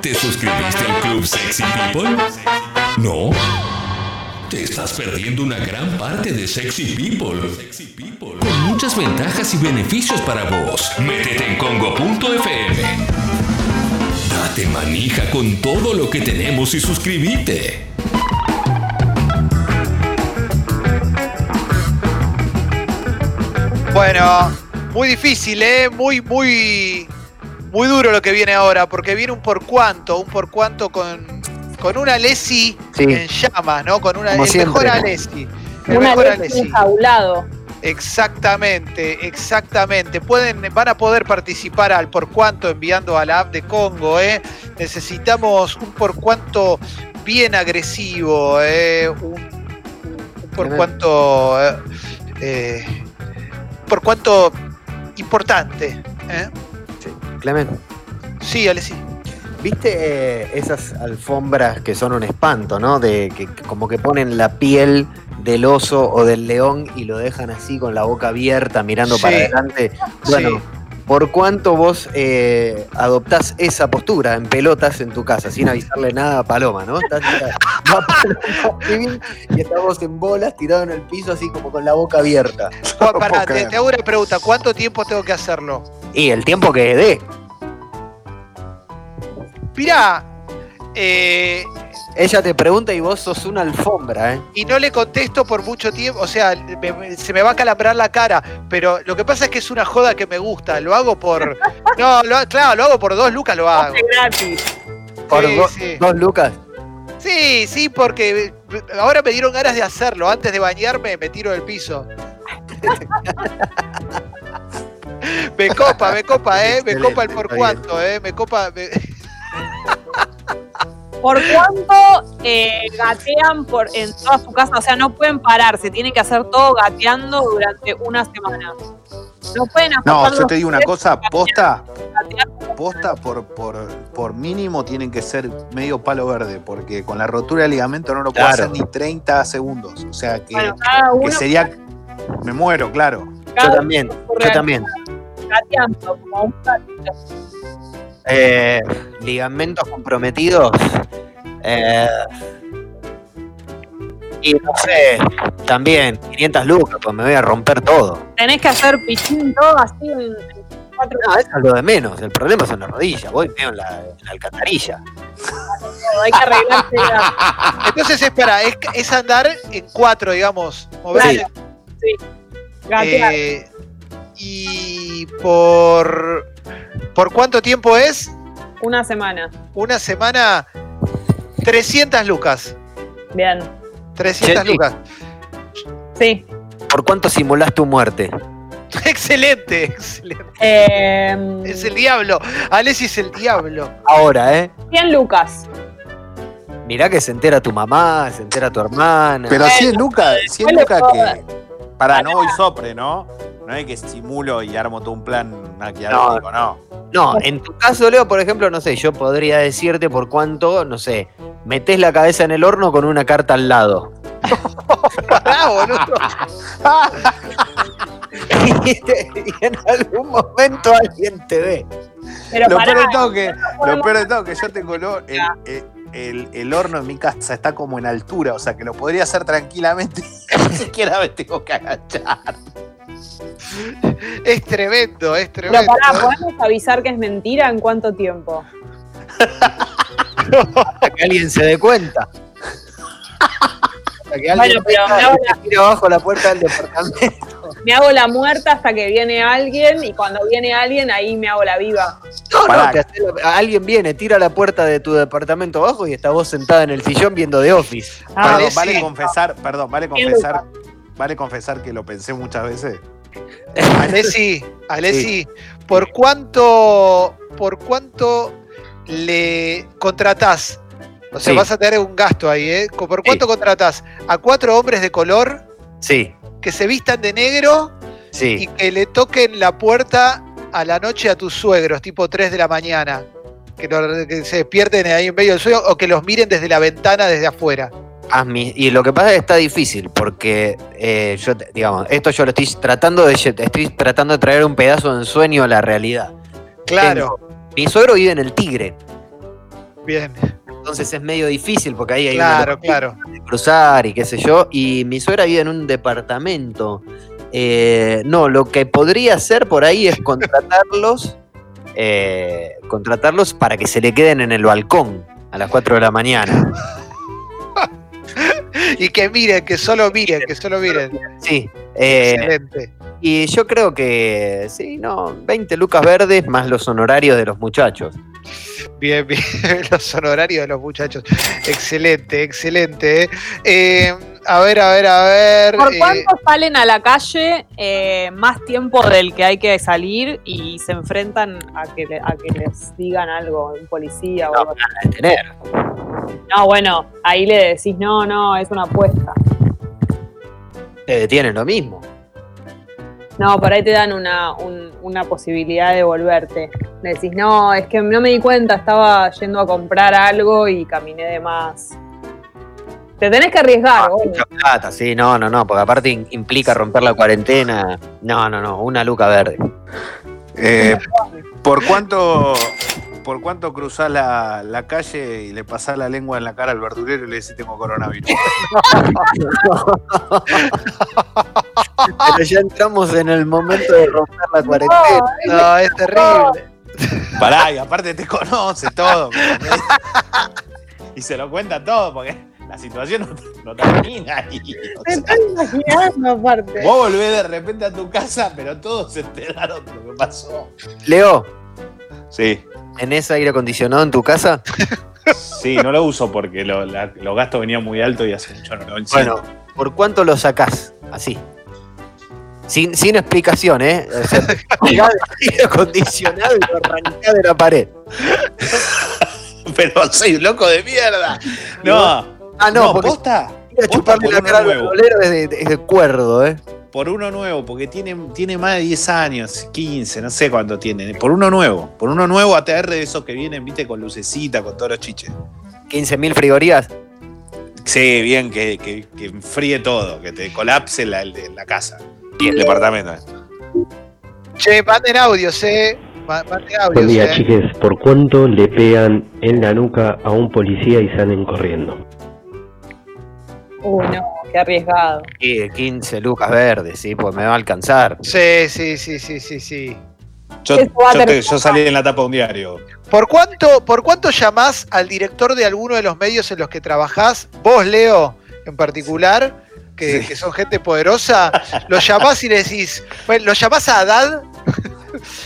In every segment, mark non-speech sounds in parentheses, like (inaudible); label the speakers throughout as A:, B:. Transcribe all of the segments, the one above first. A: ¿Te suscribiste al Club Sexy People? ¿No? Te estás perdiendo una gran parte de Sexy People. Con muchas ventajas y beneficios para vos. Métete en congo.fm. Date manija con todo lo que tenemos y suscríbete.
B: Bueno, muy difícil, ¿eh? Muy, muy, muy duro lo que viene ahora, porque viene un por cuánto, un por cuánto con, con una Alessi
C: Sí.
B: en llamas, ¿no? Con una,
C: Como
B: el
C: siempre,
B: mejor
C: ¿no?
B: Alessi. El
D: Una
B: mejor
D: vez
B: Alessi.
D: enjaulado.
B: Exactamente, exactamente. Pueden, van a poder participar al por cuánto enviando a la app de Congo. ¿eh? Necesitamos un por cuánto bien agresivo, ¿eh? un, un por
C: Tremendo.
B: cuánto, eh, eh, por cuánto importante. ¿eh?
C: Clemen,
B: Sí,
C: (laughs)
B: Alessi.
C: ¿viste eh, esas alfombras que son un espanto, no? De que, que como que ponen la piel del oso o del león y lo dejan así con la boca abierta mirando
B: Sí.
C: para adelante. Bueno,
B: Sí.
C: ¿por cuánto vos eh, adoptás esa postura en pelotas en tu casa sin avisarle nada a Paloma, no? Estás, (laughs) estás- va Paloma a vivir y estás vos en bolas tirado en el piso así como con la boca abierta.
B: Juan,
C: No
B: pará,
C: puedo
B: te,
C: creer.
B: te hago una pregunta. ¿Cuánto tiempo tengo que hacerlo?
C: Y el tiempo que dé.
B: Mirá, eh,
C: Ella te pregunta y vos sos una alfombra, ¿eh?
B: y no le contesto por mucho tiempo, o sea, me- me- se me va a calambrar la cara, pero lo que pasa es que es una joda que me gusta, lo hago por...
C: (laughs)
B: No, lo ha- claro, lo hago por dos lucas, lo hago.
D: Hace gratis.
C: Por
B: Sí,
C: do-
B: sí.
C: dos lucas.
B: Sí, sí, porque ahora me dieron ganas de hacerlo, antes de bañarme me tiro del piso. (laughs) Me copa, me copa, eh, me copa el
C: Excelente,
B: por
C: está
B: cuánto, eh, me copa... me-
D: ¿Por cuánto eh, gatean por, en toda su casa? O sea, no pueden pararse, tienen que hacer todo gateando durante una semana. No pueden
E: No,
D: afrontar
E: yo
D: los
E: te digo una
D: tres
E: cosa, posta,
D: gatear.
E: posta por, por, por mínimo tienen que ser medio palo verde, porque con la rotura de ligamento no lo puedo
C: Claro.
E: hacer ni 30 segundos. O sea que,
D: Bueno, cada uno,
E: que sería. Me muero, claro.
D: cada
C: Yo
D: uno
C: también,
D: por
C: yo también.
D: gateando, como un gatito.
C: Eh, ligamentos comprometidos. eh, y no sé, también 500 lucas, pues me voy a romper todo.
D: Tenés que hacer pichín todo así en en cuatro
C: No, eso es lo de menos. El problema son las rodillas. Voy medio en la, en la alcantarilla.
D: minutos, hay que arreglarse
E: (laughs)
D: la-
B: Entonces es para, es, es andar en cuatro, digamos, moverse
C: Sí.
D: gatear.
B: Eh, y por por cuánto tiempo es?
D: Una semana.
B: Una semana 300 lucas.
D: Bien.
B: 300
C: Chechi.
B: lucas. (laughs)
D: Sí.
C: ¿Por cuánto simulás tu muerte?
B: excelente, excelente.
D: Eh,
B: Es el diablo. Alessi es el diablo.
C: Ahora, ¿eh?
D: 100 lucas.
C: Mirá que se entera tu mamá, se entera tu hermana.
E: Pero si es Luca, si es
D: Bueno,
E: Luca que. Para, no voy sopre, ¿no? No es que simulo y armo todo un plan maquiavélico, no.
C: No, en tu caso, Leo, por ejemplo, no sé, yo podría decirte por cuánto, no sé, metés la cabeza en el horno con una carta al lado.
B: Pará, boludo.
C: y, te- (laughs) y en algún momento alguien te ve.
D: Pero
E: Lo
D: pará,
E: peor de todo que, lo
D: podemos-
E: peor de todo que yo
D: (laughs)
E: tengo lo- el, el- el- el horno en mi casa está como en altura, o sea que lo podría hacer tranquilamente. (laughs) Ni siquiera me tengo que agachar.
B: Es tremendo, es
D: Pero
B: tremendo.
D: pará, ¿podemos avisar que es mentira en cuánto tiempo?
C: Hasta que alguien se dé cuenta. Hasta que alguien
D: Bueno, pero
C: venga y
D: ahora-
C: te tira abajo la puerta del departamento.
D: Me hago la muerta hasta que viene alguien y cuando viene alguien ahí me hago la viva.
C: No, no,
E: Pará.
C: te hace la- alguien viene, tira la puerta de tu departamento abajo y está vos sentada en el sillón viendo The Office.
D: Ah,
E: perdón,
B: sí.
E: vale confesar, perdón, vale
D: Bien,
E: confesar, vale confesar que lo pensé muchas veces.
B: Alessi, Alessi, ¿por cuánto por cuánto le contratás? O sea,
C: Sí.
B: vas a tener un gasto ahí, ¿eh? ¿Por cuánto contratás? A cuatro hombres de color
C: Sí,
B: que se vistan de negro y
C: sí.
B: que le toquen la puerta a la noche a tus suegros, tipo 3 de la mañana. Que, lo- que se despierten ahí en medio del sueño o que los miren desde la ventana, desde afuera.
C: Asmi- Y lo que pasa es que está difícil porque eh, yo, te- digamos, esto yo lo estoy tratando de lle- estoy tratando de traer un pedazo de ensueño a la realidad.
B: Claro.
C: Tengo- Mi suegro vive en el Tigre.
B: Bien,
C: Entonces es medio difícil porque ahí hay una
B: claro, claro.
C: de cruzar y qué sé yo. Y mi suegra vive en un departamento. Eh, no, lo que podría hacer por ahí es contratarlos, eh, contratarlos para que se le queden en el balcón a las 4 de la mañana.
B: Y que miren, que solo miren, que solo miren.
C: Sí. eh,
B: Excelente.
C: y yo creo que, sí, no, 20 lucas verdes más los honorarios de los muchachos.
B: Bien, bien. (laughs) Los honorarios de los muchachos. Excelente, excelente. ¿eh? Eh, a ver, a ver, a ver.
D: ¿Por
B: eh,
D: cuánto salen a la calle eh, más tiempo del que hay que salir y se enfrentan a que, le- a que les digan algo, un policía o algo así?
C: Para detener.
D: No, bueno, ahí le decís, no, no, es una apuesta.
C: Te detienen eh, lo mismo.
D: No, por ahí te dan una, un- una posibilidad de volverte. Le decís, no, es que no me di cuenta, estaba yendo a comprar algo y caminé de más. Te tenés que
E: Ah,
D: arriesgar, obvio.
C: Mucha plata, sí, no, no, no, porque aparte in- implica romper la cuarentena. No, no, no, una luca verde.
E: Eh, ¿por, cuánto, ¿Por cuánto cruzás la, la calle y le pasás la lengua en la cara al verdulero y le decís tengo coronavirus?
C: (laughs) Pero ya entramos en el momento de romper la cuarentena.
D: No,
B: No, es terrible.
E: Pará, y aparte te conoce todo. ¿me entendés? y se lo cuenta todo porque la situación no, no termina ahí. o sea,
D: (laughs) imaginando aparte.
E: vos volvés de repente a tu casa, pero todos se enteraron de lo que pasó.
C: Leo,
E: Sí.
C: ¿tenés aire acondicionado en tu casa?
E: Sí, no lo uso porque lo- la- los gastos venían muy altos y hace mucho no lo enciendo.
C: Bueno, ¿por cuánto lo sacás? Así. Sin, sin explicación, ¿eh? O
E: (laughs)
C: sea, tirá el aire acondicionado y lo arrancás de la pared.
E: (laughs) pero soy loco
C: (laughs)
E: de mierda. No,
C: Ah, no,
E: no,
C: porque
E: posta.
C: ir a
E: posta
C: chuparle
E: por
C: la
E: uno
C: cara al
E: nuevo.
C: bolero es de, es de cuerdo, ¿eh?
E: Por uno nuevo, porque tiene, tiene más de 10 años, 15, no sé cuánto tiene. Por uno nuevo, por uno nuevo ATR de esos que vienen, viste, con lucecita, con todos los chiches.
C: 15.000 frigorías.
E: Sí, bien, que, que- que enfríe todo, que te colapse la, el de- la casa. el departamento.
B: Che, manden audios, eh. Ma- Manden audios.
F: Buen día,
B: eh.
F: chiques. ¿Por cuánto le pegan en la nuca a un policía y salen corriendo?
D: Uy, no, qué arriesgado.
C: Sí, 15 lucas verdes, sí, pues me va a alcanzar.
B: Sí, sí, sí, sí, sí, sí.
E: Yo,
D: Eso va a
E: yo te-
D: terminar.
E: yo salí en la tapa de un diario.
B: ¿Por cuánto, ¿Por cuánto llamás al director de alguno de los medios en los que trabajás? Vos, Leo, en particular, que,
E: Sí.
B: que son gente poderosa, lo llamás y le decís, bueno, lo llamás a Haddad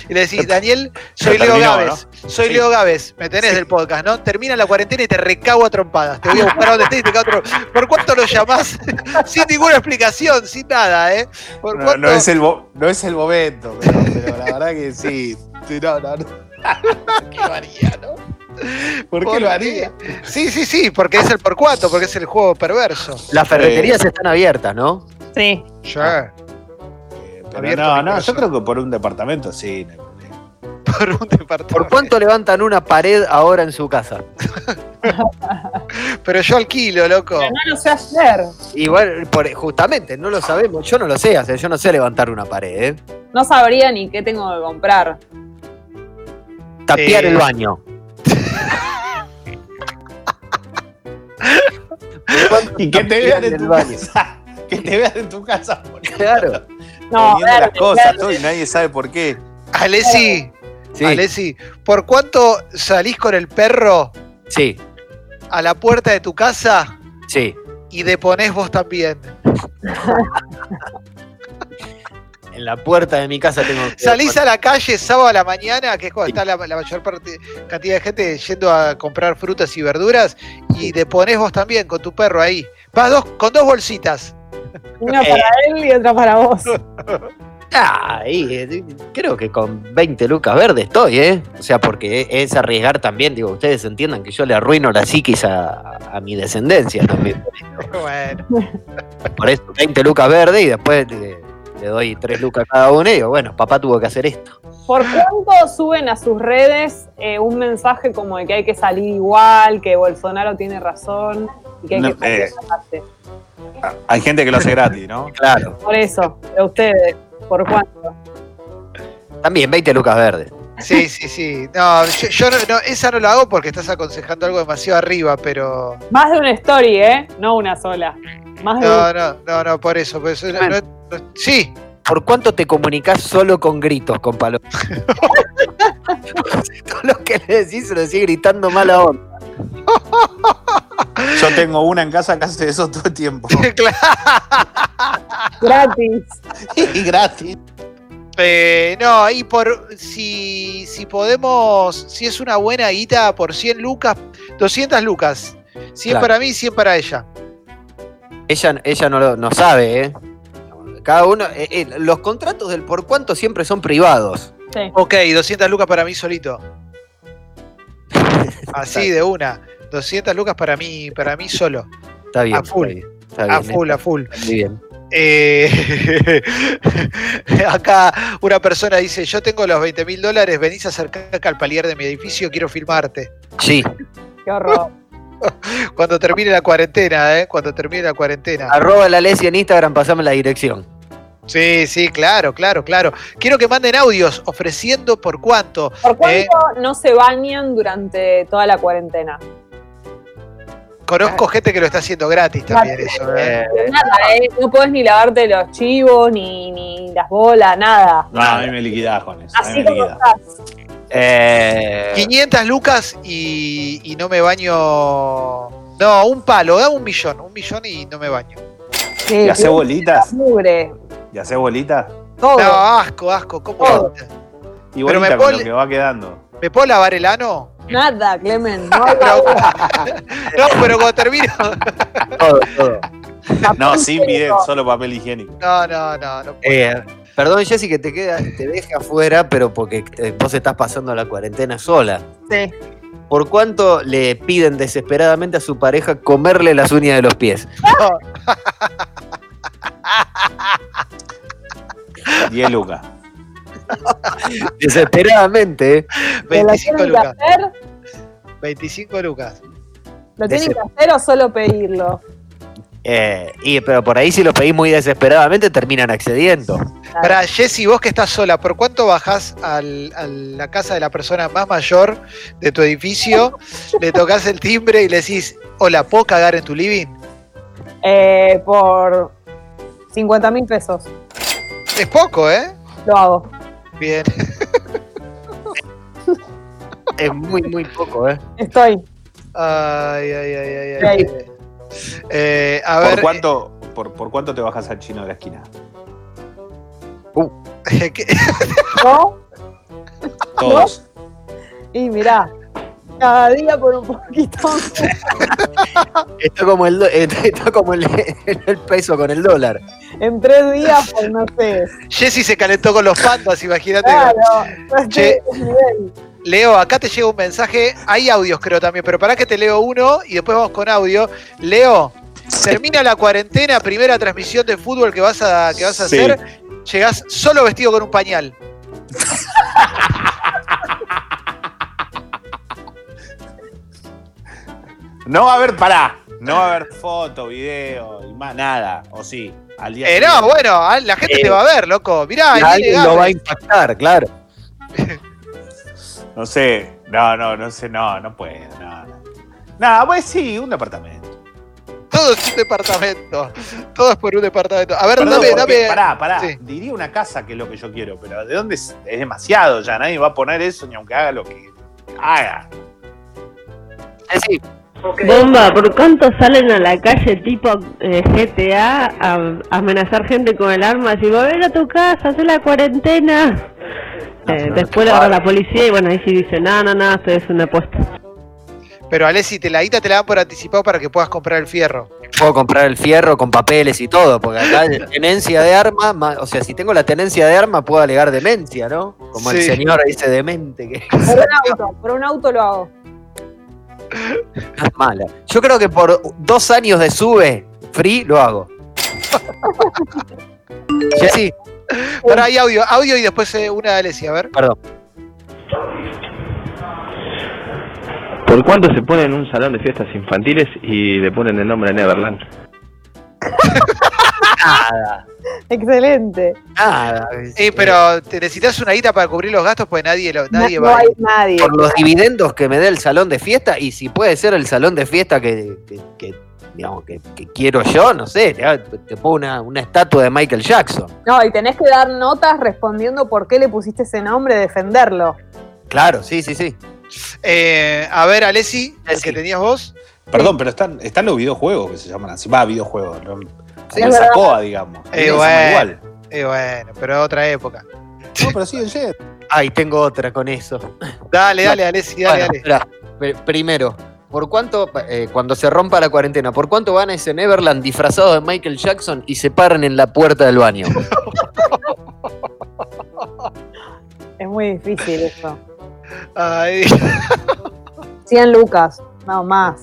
B: y le decís, Daniel, soy
E: Ya
B: Leo
E: terminó,
B: Gávez, soy
E: Sí.
B: Leo Gávez, me tenés
E: Sí.
B: del podcast, ¿no? Termina la cuarentena y te recago a trompadas, te voy a buscar a donde estés y te cago a trompadas. ¿Por cuánto lo llamás? (laughs) sin ninguna explicación, sin nada, ¿eh? ¿Por
E: No,
B: cuánto-
E: no es el bo- no es el momento, pero, pero la verdad que sí. Sí, No,
B: (laughs)
E: no, no. ¿Por qué lo haría, no? ¿Por qué
B: ¿Por qué?
E: lo haría?
B: Sí, sí, sí, porque es el por cuánto, porque es el juego perverso.
C: Las ferreterías están abiertas, ¿no?
D: Sí.
E: Ah.
B: Ya.
E: Eh, Pero
B: Abierto
E: no,
B: mi
E: no, yo
B: corazón.
E: creo que por un departamento sí. no hay problema.
B: Por un departamento.
C: ¿Por
E: (laughs)
C: cuánto levantan una pared ahora en su casa?
B: Pero yo alquilo, loco.
D: Pero no lo sé hacer.
C: Igual, por- justamente, no lo sabemos. Yo no lo sé hacer, yo no sé levantar una pared, ¿eh?
D: No sabría ni qué tengo que comprar.
C: Tapiar
B: Eh.
C: el baño.
E: Y que te vean en
C: el
E: tu
C: baño.
E: casa. Que te vean en tu casa. poniendo-
C: Claro.
D: No,
E: poniendo las
D: verde,
E: cosas
D: verde.
E: todo, y nadie sabe por qué.
B: Alessi,
C: Sí,
B: Alessi, ¿por cuánto salís con el perro
C: sí,
B: a la puerta de tu casa
C: sí.
B: y deponés vos también?
C: En la puerta de mi casa tengo. que-
B: Salís a la calle sábado a la mañana, que es cuando está la, la mayor parte, cantidad de gente yendo a comprar frutas y verduras, y deponés vos también con tu perro ahí. Vas dos, con dos
C: (laughs)
B: bolsitas.
D: Una
E: Eh.
D: para él y otra para
E: (laughs)
D: vos.
C: Ah, ahí, eh, creo que con 20 lucas verdes estoy, ¿eh? O sea, porque es arriesgar también, digo, ustedes entiendan que yo le arruino la psiquis a, a mi descendencia también.
B: Bueno,
C: Por eso, 20 lucas verdes y después le, le doy 3 lucas a cada uno y digo, bueno, papá tuvo que hacer esto.
D: ¿Por cuánto suben a sus redes eh, un mensaje como de que hay que salir igual, que Bolsonaro tiene razón y que hay
E: No,
D: que salir
E: eh.
D: a la calle?
E: Ah, Hay gente que lo hace gratis, ¿no?
C: Claro.
D: Por eso, de ustedes, ¿por cuánto?
C: También 20 lucas verdes.
B: Sí, sí, sí. No, yo, yo no- no, esa no la hago porque estás aconsejando algo demasiado arriba, pero.
D: Más de una story, ¿eh? No una sola. Más de
B: No, no, no, no, por eso. Por eso no- no- no- sí, (laughs)
C: ¿Por cuánto te comunicás solo con gritos, con Paloma? Todo lo que le decís se lo decís gritando mala
B: (laughs)
C: onda.
E: Yo tengo una en casa que hace eso todo
B: (laughs)
E: el tiempo.
B: claro.
D: gratis.
E: y gratis.
B: Eh, no, y por si, si podemos, si es una buena guita por 100 lucas, 200 lucas. 100
C: Claro.
B: para mí, 100 para ella.
C: Ella, ella no, lo, no sabe, ¿eh? Cada uno. eh, eh, los contratos del por cuánto siempre son privados.
D: Sí.
B: Ok, 200 lucas para mí solito. (laughs) Así de una. 200 lucas para mí, para mí solo.
C: Está bien.
B: A full.
C: está bien, está
B: A
C: bien,
B: full,
C: está
B: a full.
C: muy bien.
B: Eh, (laughs) acá una persona dice, yo tengo los 20 mil dólares, venís a acercar al palier de mi edificio, quiero filmarte.
C: Sí.
D: Qué horror.
B: Cuando termine la cuarentena, ¿eh? Cuando termine la cuarentena.
D: Ah.
C: Arroba la Leslie en Instagram, pasame la dirección.
B: Sí, sí, claro, claro, claro. Quiero que manden audios ofreciendo por cuánto.
D: ¿Por cuánto
B: Eh.
D: no se bañan durante toda la cuarentena?
B: Conozco gente que lo está haciendo gratis también eso, ¿eh?
D: Nada, Ah. ¿eh? No podés ni lavarte los chivos, ni, ni las bolas, nada.
E: No, a mí me liquidás con eso. a mí
D: Así
E: me
D: como
E: liquidás.
D: estás.
C: Eh,
B: 500 lucas y, y no me baño... No, un palo, da un millón, un millón y no me baño.
D: Sí,
E: ¿Y hace
D: que-
E: bolitas?
D: mugre,
E: ¿Y hace bolitas?
D: todo.
B: No, asco, asco, ¿cómo?
D: Todo.
E: Y
B: Pero me
E: bolita con lo
B: pone-
E: que va quedando.
B: ¿Me puedo lavar el ano?
D: Nada, Clemen. No,
B: (laughs) Pero- no, pero cuando termino. (laughs)
C: todo, todo.
D: (laughs)
E: No, sin bidet, solo papel higiénico.
B: No, no, no. no.
C: Eh, perdón, Jessy, que te, queda, te deje afuera, pero porque eh, vos estás pasando la cuarentena sola.
D: Sí.
C: ¿Por cuánto le piden desesperadamente a su pareja comerle las uñas de los
E: (laughs)
C: pies?
B: No,
E: 10 lucas.
C: Desesperadamente, ¿eh?
D: ¿Te lo
B: 25
D: tienen que
B: lucas.
D: hacer?
B: 25 lucas.
D: ¿Lo tienen que hacer o solo pedirlo?
C: Eh, y, pero por ahí si los pedís muy desesperadamente terminan accediendo.
B: Para Jessy, vos que estás sola, ¿por cuánto bajás al- a la casa de la persona más mayor de tu edificio? Le tocas el timbre y le decís, hola, ¿puedo cagar en tu living?
D: Eh, por 50 mil pesos.
B: Es poco, ¿eh?
D: Lo hago.
B: Bien.
C: Es muy, muy poco, ¿eh?
D: Estoy.
B: Ay, ay, ay, ay, ay, ay. Eh, a ver, eh,
E: ¿Por cuánto, por, por cuánto te bajas al chino de la esquina?
B: (laughs) ¿qué?
D: ¿No?
E: Todos.
D: Y mirá, cada día por un poquito.
C: Esto como el, do- (laughs) esto como el, el peso con el dólar.
D: En tres días, pues no sé.
B: Jessy se calentó con los pandas, imagínate.
D: Claro. no estoy
B: Che.
D: en ese nivel.
B: Leo, acá te llega un mensaje. Hay audios, creo también, pero pará que te leo uno y después vamos con audio. Leo, termina la cuarentena, primera transmisión de fútbol que vas a, que vas a
E: Sí.
B: hacer. Llegás solo vestido con un pañal.
E: No va a haber, pará. No va a haber foto, video, y más nada. O sí, al día
B: Eh,
E: siguiente.
B: no, bueno, ah, la gente
E: Eh,
B: te va a ver, loco. Mirá, ahí viene
C: Alguien lo
B: Gabriel.
C: va a impactar, claro.
E: No sé, no, no, no sé, no, no puedo, no. no. Nada, pues sí, un departamento.
B: Todo es un departamento. Todo es por un departamento. A ver,
E: Perdón,
B: dame,
E: porque-
B: dame.
E: Pará, pará.
B: sí.
E: Diría una casa que es lo que yo quiero, pero ¿de dónde es? Es demasiado ya, nadie va a poner eso ni aunque haga lo que haga.
C: Sí,
G: Bomba, ¿por cuánto salen a la calle tipo eh, GTA a, a amenazar gente con el arma? Si volver a tu casa, hacer la cuarentena. Eh, después la agarra la policía y bueno, ahí sí dice, no, no, no, esto es una apuesta.
B: Pero Alessi, te la guita te la dan por anticipado para que puedas comprar el fierro.
C: puedo comprar el fierro con papeles y todo,
B: (laughs)
C: porque acá la tenencia de arma, ma- o sea, si tengo la tenencia de arma puedo alegar demencia, ¿no? Como el
B: Sí.
C: señor dice demente, que (laughs)
D: Por un auto, por un auto lo hago.
C: es mala. Yo creo que por dos años de sube, free,
B: (laughs)
C: lo hago. Jessy,
B: Pará, hay audio, audio y después eh, una de Alessi, a ver.
C: perdón.
F: ¿Por cuánto se pone en un salón de fiestas infantiles y le ponen el nombre a Neverland?
C: Nada.
D: Excelente.
C: Nada. este, es-
B: Sí, Eh, pero te necesitas una guita para cubrir los gastos, pues nadie, lo- nadie
D: no,
B: va.
D: no
B: a
D: hay
B: ir.
D: nadie.
C: por los dividendos que me dé el salón de fiesta y si puede ser el salón de fiesta que, que- que, digamos, que- que quiero yo, no sé, te, te pongo una, una estatua de Michael Jackson.
D: No, y tenés que dar notas respondiendo por qué le pusiste ese nombre, defenderlo.
C: Claro, sí, sí, sí.
B: Eh, a ver, Alessi, el
C: Alessi.
B: que tenías vos.
E: Perdón, pero están, están los videojuegos que se llaman así. Va, videojuegos. ¿no?
C: Sí,
E: Como
D: es
E: esa
D: verdad.
E: coa, digamos.
B: Eh,
E: Se llama
B: bueno.
E: Igual.
B: Eh, bueno, pero otra época.
E: No, pero siguen yendo.
C: Ay, tengo otra con eso.
B: Dale, dale, Alessi, dale,
C: Bueno,
B: dale.
C: espera. Pr- primero, ¿por cuánto, eh, cuando se rompa la cuarentena, por cuánto van a ese Neverland disfrazado de Michael Jackson y se paran en la puerta del
B: (laughs)
C: baño?
D: Es muy difícil eso.
B: Ay,
D: 100 lucas, no más.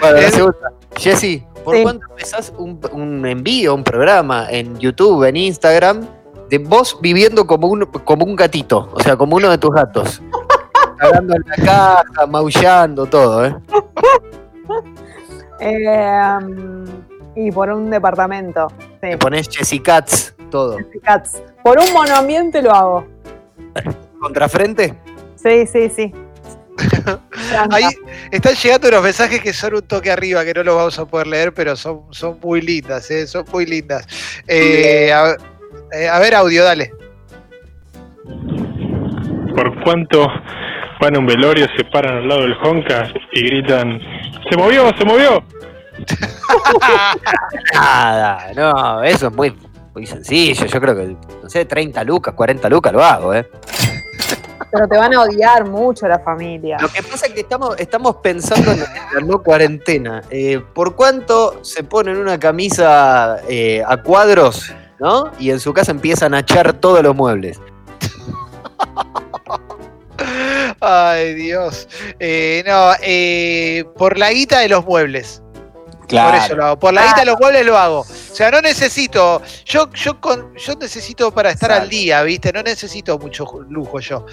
C: Bueno, la
B: Es-
C: segunda. Jessy, ¿por
D: Sí.
C: cuánto empezás un, un envío, un programa en YouTube, en Instagram, de vos viviendo como un, como un gatito? O sea, como uno de tus
B: (laughs)
C: gatos. Hablando en la casa, maullando, todo, ¿eh?
D: Eh, um, y por un departamento. Sí,
C: Te pones Jessy Cats, todo.
D: cats. Por un monoambiente lo hago.
C: ¿Contrafrente?
D: Sí, sí,
E: (laughs)
D: sí. Tranca.
B: ahí están llegando unos mensajes que son un toque arriba, que no los vamos a poder leer, pero son, son muy lindas, eh, son muy lindas. Eh, a, eh, a ver, audio, dale.
H: por cuánto van a un velorio, se paran al lado del Honka y gritan, se movió, se movió.
C: Nada, no, eso es muy, muy sencillo. Yo creo que, no sé, 30 lucas, 40 lucas lo hago, ¿eh?
D: Pero te van a odiar mucho la familia.
C: Lo que pasa es que estamos, estamos pensando en la no cuarentena. Eh, ¿Por cuánto se ponen una camisa eh, a cuadros, no? Y en su casa empiezan a echar todos los muebles.
B: Ay, Dios. Eh, no, eh, por la guita de los muebles. Por eso lo hago. Por la guita de los muebles lo hago. O sea, no necesito. Yo, yo, con, yo necesito para estar al
E: Exacto.
B: día, ¿viste? No necesito mucho ju- lujo yo.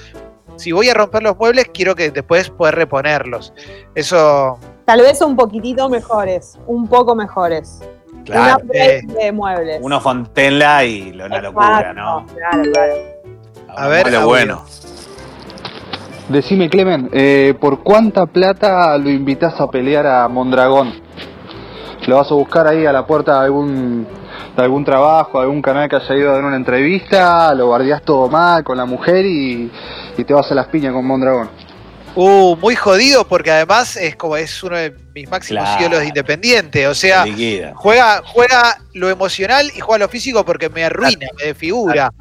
B: Si voy a romper los muebles, quiero que después poder reponerlos. Eso.
D: Tal vez un poquitito mejores, un poco mejores.
E: Claro.
D: un upgrade de muebles.
E: Uno Fontenla y lo- una locura,
D: Exacto,
E: ¿no?
D: Claro, claro.
B: A ver,
E: Lo
B: audio.
E: bueno.
I: Decime, Clemen, eh, ¿por cuánta plata lo invitas a pelear a Mondragón? ¿Lo vas a buscar ahí a la puerta de algún, de algún trabajo, algún canal que haya ido a dar una entrevista? ¿Lo bardeás todo mal con la mujer y, y te vas a las piñas con Mondragón?
B: Uh, muy jodido porque además es como es uno de mis máximos
E: Claro.
B: ídolos de independiente. O sea,
E: Liquida.
B: juega, juega lo emocional y juega lo físico porque me arruina, me desfigura.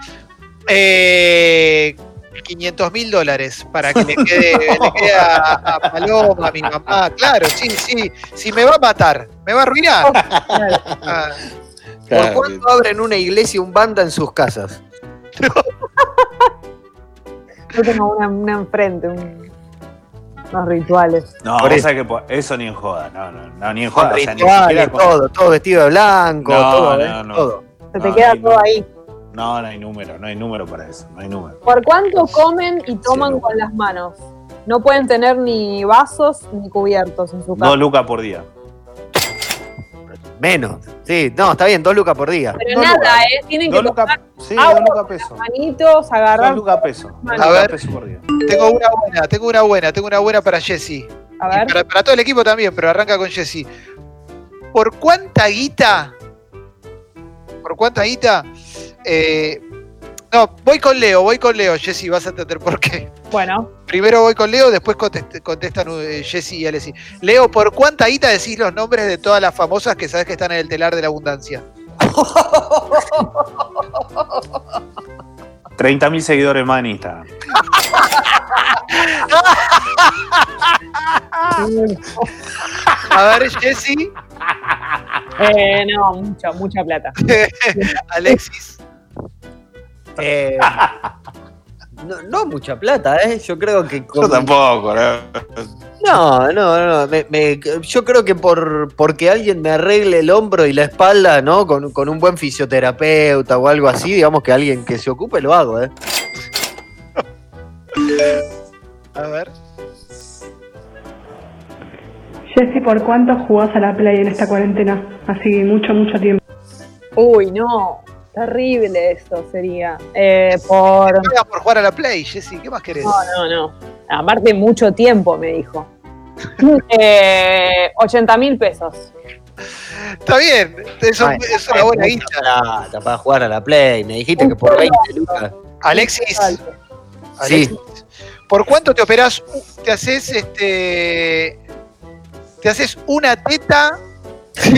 B: Eh, 500 mil dólares para que le quede, le quede a, a Paloma, a mi mamá. Claro, sí, sí. Si me va a matar, me va a arruinar. Ah,
C: ¿Por
E: Claro,
C: cuánto abren una iglesia, un banda en sus casas?
D: Yo tengo una, una enfrente, un- unos rituales.
E: No,
C: Por
E: vos
C: eso.
E: sabés que po- eso ni en joda, no, no, no, ni en
C: Con
E: joda, o sea, ni siquiera
C: rituales,
E: con-
C: todo, todo vestido de blanco,
E: No,
C: todo, ¿eh?
E: no, no.
C: todo.
D: Se te
E: No,
D: queda
E: ni-
D: todo ahí.
E: No, no hay número, no hay número para eso, no hay número.
D: ¿Por cuánto comen y toman
E: Sí, no.
D: con las manos? No pueden tener ni vasos ni cubiertos en su casa.
E: Dos lucas por día.
C: Menos. Sí, no, está bien, dos lucas por día.
D: Pero
E: dos
D: nada,
E: lucas.
D: ¿eh? Tienen que
E: Dos
D: tomar
E: lucas, sí,
D: agua,
E: dos lucas peso.
D: manitos,
E: Dos
D: agarrar.
E: lucas peso. Dos
D: A
E: lucas
B: ver.
E: peso por día.
B: tengo una buena, tengo una buena, tengo una buena para Jessy.
D: A
B: Y
D: ver,
B: Para, para todo el equipo también, pero arranca con Jessy. ¿Por cuánta guita? ¿Por cuánta guita? Eh, no, voy con Leo, voy con Leo, Jessy, vas a entender por qué. (laughs)
D: bueno.
B: Primero voy con Leo, después contest- contestan eh, Jessy y Alessi. Leo, ¿por cuánta guita decís los nombres de todas las famosas que sabes que están en el telar de la abundancia?
E: 30.000 seguidores más en Instagram. Ah.
B: A ver, Jessy,
D: Eh, no, mucho, mucha plata.
B: Alexis.
C: Eh, no, no mucha plata, ¿eh? Yo creo que. con-
E: tampoco, ¿no?
C: No, no, no. me- me- yo creo que por porque alguien me arregle el hombro y la espalda, ¿no? Con, con un buen fisioterapeuta o algo así, digamos que alguien que se ocupe lo hago, ¿eh?
B: A ver.
J: Jessy, ¿por cuánto jugás a la Play en esta cuarentena? Así, mucho, mucho tiempo.
D: Uy, no. Terrible esto sería. Eh, por...
B: Te pagan por jugar a la Play, Jessy, ¿qué más querés?
D: No, no, no. Aparte, mucho tiempo, me (laughs) dijo. eh, 80 mil pesos.
B: Está bien, eso
C: Ay,
B: es una buena guita.
C: plata para jugar a la Play. Me dijiste que por 20 lucas.
B: Alexis,
C: Sí.
B: ¿por cuánto te operás? u- Te haces este. Te haces una teta. (laughs)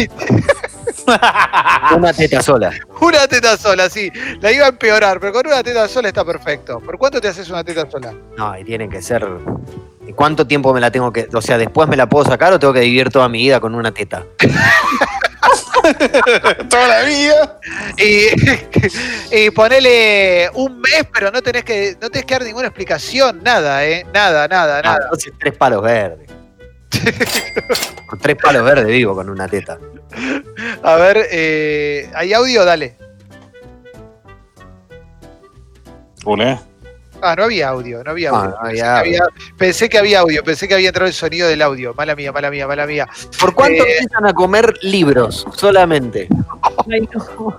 C: Una teta sola.
B: Una teta sola, sí. La iba a empeorar, pero con una teta sola está perfecto. ¿Por cuánto te haces una teta sola?
C: No, y tienen que ser. ¿Y ¿Cuánto tiempo me la tengo que.? O sea, después me la puedo sacar o tengo que vivir toda mi vida con una teta.
E: Toda la vida.
B: Y, (laughs) y ponele un mes, pero no tenés que no tenés que dar ninguna explicación, nada, ¿eh? Nada, nada,
C: Ah,
B: nada.
C: entonces tres palos (laughs) verdes. Con tres palos verdes vivo con una teta. Ah.
B: A ver, eh, ¿hay audio? Dale.
E: ¿eh?
H: Hola.
B: Ah, no había audio, no había
C: No,
B: audio.
C: Ah, no
B: Pensé
C: había
B: que pensé que había audio, pensé que había entrado el sonido del audio. Mala mía, mala mía, mala mía.
C: ¿Por cuánto
B: Eh,
C: empiezan a comer libros solamente?
D: Ay, no.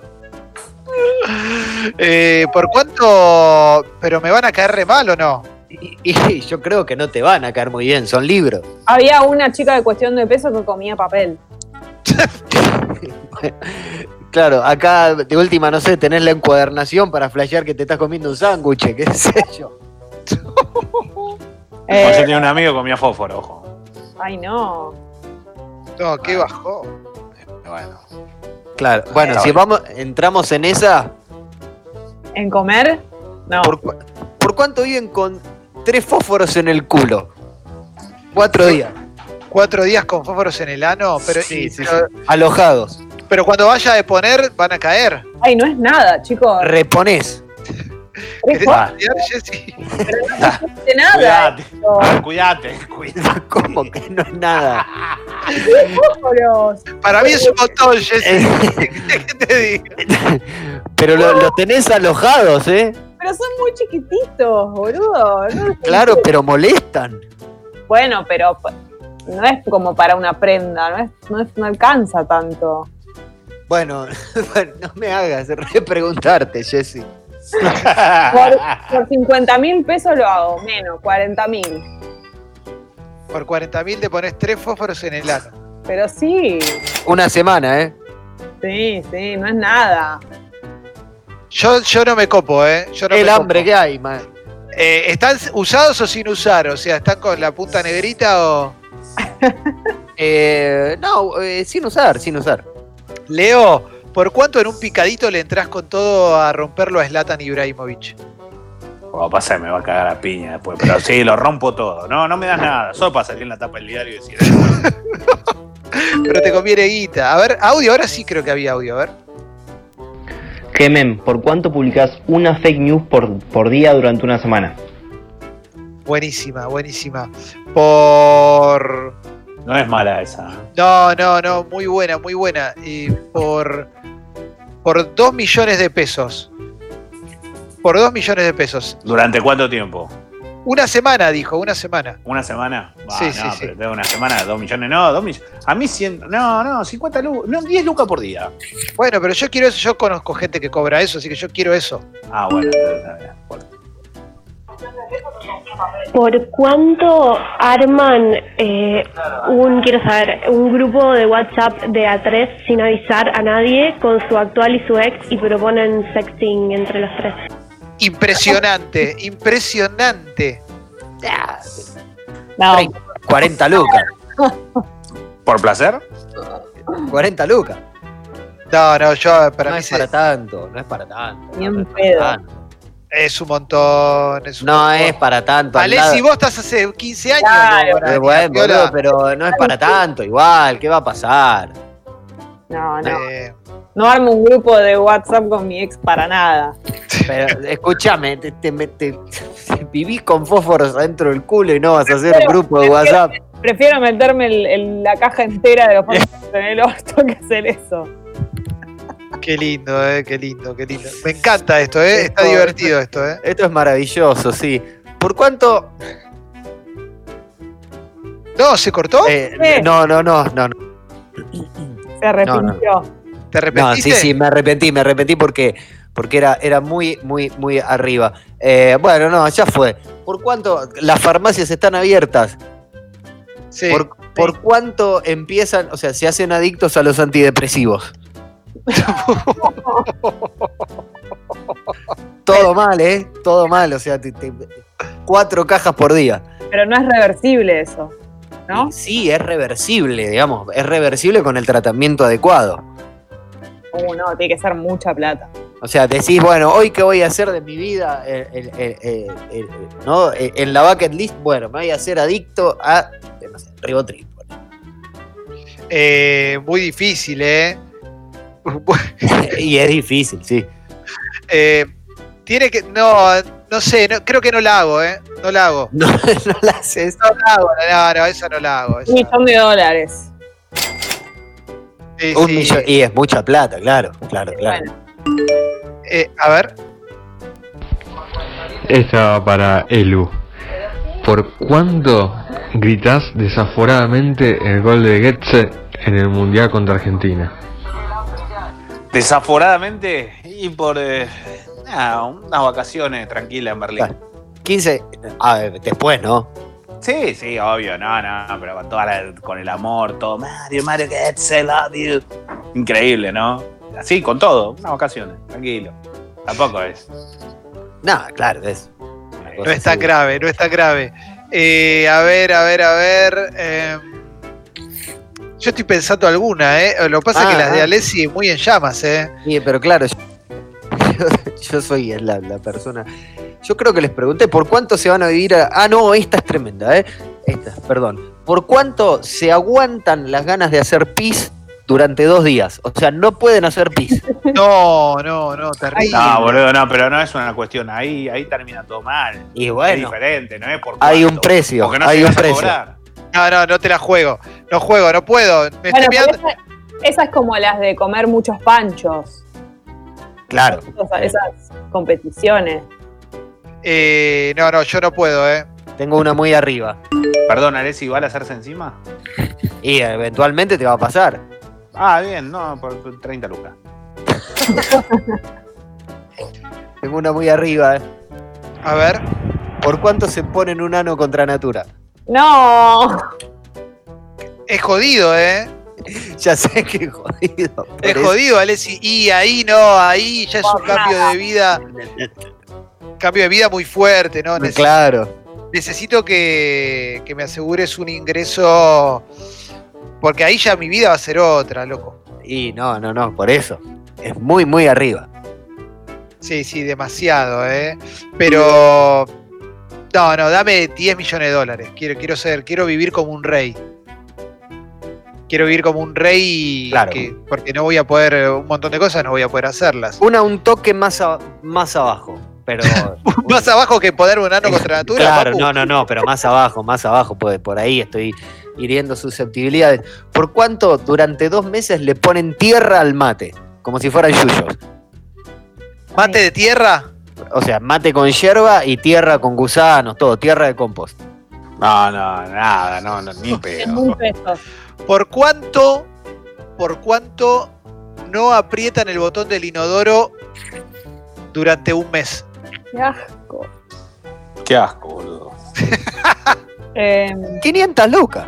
B: eh, ¿Por cuánto? ¿Pero me van a caer re mal o no?
C: Y, y yo creo que no te van a caer muy bien, son libros.
D: Había una chica de cuestión de peso que comía papel.
C: Claro, acá de última, no sé, tenés la encuadernación para flashear que te estás comiendo un sándwich, qué sé yo.
D: Eh,
E: Yo tenía un amigo que comía fósforo, ojo.
D: ay, no.
B: No, qué bajó.
E: Bueno.
C: Claro, bueno,
E: Está
C: si
E: bien.
C: vamos, entramos en esa,
D: ¿En comer? No.
C: ¿por, cu- por cuánto viven con tres fósforos en el culo? Cuatro días,
B: Cuatro días con fósforos en el ano, pero,
C: Sí,
B: y-
C: sí,
B: pero,
C: alojados.
B: pero cuando vaya a poner van a caer.
D: Ay, no es nada, chicos.
C: Reponés. (laughs)
D: Tres
B: ¿Querés
C: Ah.
D: cosas
B: estudiar, Jessy?
D: de nada.
E: Cuidate,
D: esto.
E: cuidate, cuidate.
C: ¿Cómo que no es nada?
D: Tres fósforos.
B: Para mí es un montón, Jessy.
C: Eh,
B: (laughs) ¿Qué te digo?
C: Pero lo- los tenés alojados, ¿eh?
D: Pero son muy chiquititos, boludo. No los
C: Claro, pero molestan.
D: Bueno, pero p- no es como para una prenda, no, es, no, es- no alcanza
C: (laughs)
D: tanto.
C: Bueno, (laughs) bueno, no me hagas repreguntarte, Jessy.
D: Por, por 50 mil pesos lo hago, menos, 40 mil.
B: Por 40.000 te pones tres fósforos en el ano.
D: Pero sí,
C: Una semana, ¿eh?
D: sí, sí, no es nada.
B: Yo, yo no me copo, ¿eh? Yo no
C: El
B: me
C: hambre
B: copo.
C: que hay, man.
B: Eh, ¿Están usados o sin usar? O sea, ¿están con la punta negrita o...?
C: Eh, no, eh, sin usar, sin usar.
B: Leo, ¿por cuánto en un picadito le entras con todo a romperlo a Zlatan Ibrahimovic?
E: Como pasa, me va a cagar a piña después. Pero sí, lo rompo todo. No, no me das nada. Solo para salir en la tapa del diario y decir.
B: Pero te conviene guita. A ver, audio, ahora sí creo que había audio, a ver.
K: Clemen, ¿por cuánto publicás una fake news por, por día durante una semana?
B: Buenísima, buenísima. Por...
E: No es mala esa.
B: No, no, no, muy buena, muy buena. Y por, por 2 millones de pesos. Por 2 millones de pesos.
E: ¿Durante cuánto tiempo?
B: Una semana, dijo, una semana.
E: ¿Una semana?
B: Sí,
E: no,
B: sí, sí.
E: pero tengo una semana, dos millones. No, dos millones. A mí 100. No, no, 50 lucas. No, 10 lucas por día.
B: Bueno, pero yo quiero eso, yo conozco gente que cobra eso, así que yo quiero eso.
E: Ah, bueno, está bien. fuerte.
J: ¿Por cuánto arman eh, un, quiero saber, un grupo de WhatsApp de A3 sin avisar a nadie con su actual y su ex y proponen sexting entre los tres?
C: (laughs)
B: Impresionante, impresionante.
D: No,
C: 40 lucas.
E: ¿Por placer?
C: 40 lucas.
B: No, no, yo para
C: no
B: mí
C: es
B: se-
C: para tanto, no es para tanto.
D: Ni
C: no,
D: en
C: no es para tanto.
B: es un montón. Es un
C: No
B: montón.
C: es para tanto. al
B: Alessi,
C: lado-
B: vos estás hace 15 años.
D: Claro.
B: Borani,
C: Eh, bueno,
B: piola.
C: boludo, pero no es para tanto, igual, ¿qué va a pasar?
D: no, no.
B: Eh,
D: No armo un grupo de WhatsApp con mi ex para nada.
C: Pero escúchame, te, te, me- te- (laughs) vivís con fósforos adentro del culo y no vas a hacer un grupo de WhatsApp.
D: Prefiero meterme el- el- la caja entera de los pasos en el orto que hacer eso.
B: qué lindo, eh, qué lindo, qué lindo. Me encanta esto, eh, está
C: Esto-
B: divertido esto, eh.
C: Esto es maravilloso, sí. ¿Por cuánto?
B: No, ¿se cortó?
C: eh, no, no, no, no, no.
D: Se arrepintió.
B: ¿Te arrepentiste?
C: No, sí, sí, me arrepentí, me arrepentí porque, porque era, era muy, muy, muy arriba. Eh, bueno, no, ya fue. ¿Por cuánto las farmacias están abiertas? ¿Por, por cuánto empiezan, o sea, se hacen adictos a los (laughs) antidepresivos? Todo mal, ¿eh? Todo mal, o sea, te- te- cuatro cajas por día.
D: Pero no es reversible eso. ¿No?
C: Sí, es reversible, digamos, es reversible con el tratamiento adecuado.
D: Uh, no, tiene que ser mucha plata.
C: O sea, decís, bueno, hoy qué voy a hacer de mi vida, Eh, el- el- el- el- ¿no? Eh, En la bucket list, bueno, me voy a hacer adicto a eh, no sé, Ribotril.
B: Eh, muy difícil, ¿eh? (laughs)
C: (laughs) y es difícil, sí.
B: Eh, tiene que. No, no sé, no- creo que no la hago, ¿eh? No la hago.
C: No, no la haces.
B: No la hago, no, no, eso no la hago. eso.
D: Un millón de dólares.
B: Sí,
C: Un
B: sí.
C: millón- y es mucha plata, claro, claro, claro.
B: Eh, a ver,
L: Esta va para Elu. ¿Por cuándo gritas desaforadamente el gol de Getze en el Mundial contra Argentina?
E: Desaforadamente y por eh, nada, unas vacaciones tranquilas en Berlín.
C: 15, a ver, después, ¿no?
E: Sí, sí, obvio, no, no, pero con, toda la- con el amor, todo. Mario, Mario, que se love you. Increíble, ¿no? Así, con todo, unas vacaciones, tranquilo. Tampoco es.
C: Nada, claro, es.
B: no está grave, no está grave. Eh, a ver, a ver, a ver. eh, yo estoy pensando alguna, ¿eh? Lo que pasa es
C: Ah,
B: que las de
C: ah.
B: Alessi muy en llamas, ¿eh?
C: Sí, pero claro, yo, yo (laughs) soy la, la persona. Yo creo que les pregunté por cuánto se van a vivir. a- ah, no, esta es tremenda, ¿eh? Esta, perdón. ¿Por cuánto se aguantan las ganas de hacer pis durante dos días? O sea, no pueden hacer pis.
B: No, no, no, terrible.
E: No, boludo, no, pero no es una cuestión. Ahí, ahí termina todo mal.
C: Y bueno.
E: Es diferente, ¿no? Es por
C: Hay
E: cuánto.
C: un precio,
E: Porque no
C: hay un
E: llegás a
C: precio.
E: cobrar.
B: No, no, no te la juego. No juego, no puedo. Me
D: Bueno,
B: estoy
D: pero
B: mirando-
D: esa, esa es como las de comer muchos panchos.
C: Claro.
D: O sea, esas competiciones.
B: Eh, no, no, yo no puedo, ¿eh?
C: Tengo una muy arriba.
E: Perdón, Alessi, ¿igual a hacerse encima?
C: Y eventualmente te va a pasar.
E: Ah, bien, no, por 30 lucas.
C: Tengo una muy arriba, ¿eh?
B: A ver.
C: ¿Por cuánto se ponen un ano contra natura? (laughs)
D: No.
B: Es jodido, ¿eh?
C: Ya sé que es jodido. por
B: Es
C: eso.
B: jodido, Alessi. Y ahí no, ahí ya es un
D: Por
B: cambio
D: nada.
B: de vida. Cambio de vida muy fuerte, ¿no? Neces-
C: Claro.
B: Necesito que, que me asegures un ingreso. Porque ahí ya mi vida va a ser otra, loco.
C: Y no, no, no, por eso. Es muy, muy arriba.
B: Sí, sí, demasiado, ¿eh? Pero. No, no, dame 10 millones de dólares. Quiero, quiero ser, quiero vivir como un rey. Quiero vivir como un rey y
C: Claro.
B: que- porque no voy a poder, eh, un montón de cosas no voy a poder hacerlas.
C: Una un toque más, a- más abajo,
B: (laughs)
C: pero...
B: Más abajo que poder un ano
C: (laughs)
B: contra natura,
C: uh. claro,
B: papu.
C: no, no, no, pero más abajo, más abajo, pues por ahí estoy hiriendo susceptibilidades. ¿Por cuánto durante dos meses le ponen tierra al mate? Como si fueran yuyos.
B: ¿Mate de tierra?
C: O sea, mate con hierba y tierra con gusanos, todo, tierra de compost.
E: No, no, nada, no, no ni
D: Es
E: pedo.
D: muy pesos.
B: ¿Por cuánto, por cuánto no aprietan el botón del inodoro durante un mes?
D: Qué asco.
E: Qué asco, boludo.
D: Eh,
C: 500 lucas.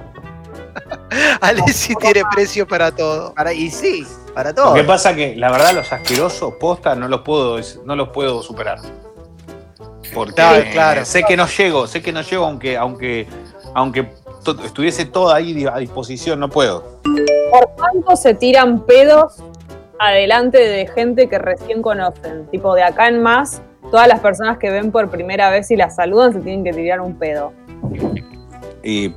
B: (laughs) Alessi tiene precio para todo.
C: Para, y sí, para
E: Lo
C: todo.
E: que pasa que, la verdad, los asquerosos postas no los puedo, no los puedo superar. Porque eh,
B: Claro, claro.
E: sé que no llego, sé que no llego, aunque, aunque, aunque to- estuviese todo ahí di- a disposición, no puedo.
D: ¿Por cuánto se tiran pedos adelante de gente que recién conocen? Tipo, de acá en más, todas las personas que ven por primera vez y las saludan se tienen que tirar un pedo.
E: Y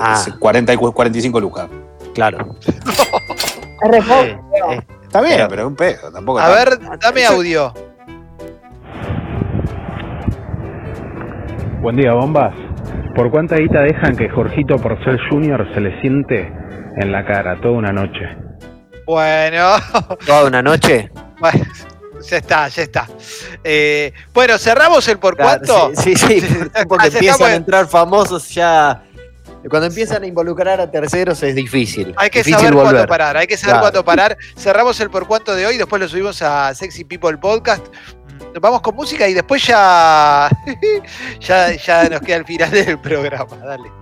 C: Ah,
E: 40 y cu- 45 lucas.
C: claro.
D: Es re poco, creo.
E: Está bien,
C: Pero-
E: pero es un pedo, tampoco.
B: A ver, dame audio.
M: Buen día, bombas. ¿Por cuánta guita dejan que Jorgito Porcel Jr. se le siente en la cara toda una noche?
B: Bueno, (laughs)
C: Toda una noche.
B: bueno, ya está, ya está. Eh, bueno, cerramos el por cuánto. (laughs)
C: Sí, sí, sí, porque
B: Ah, ya
C: empiezan
B: estamos
C: a
B: en-
C: entrar famosos ya. Cuando empiezan a involucrar a terceros es difícil.
B: Hay que
C: difícil
B: saber cuándo
C: volver.
B: parar, hay que saber
C: Claro.
B: cuándo parar. Cerramos el por cuánto de hoy, después lo subimos a Sexy People Podcast. Mm, Vamos con (laughs) música y después ya, ya, ya nos queda el final del programa. Dale.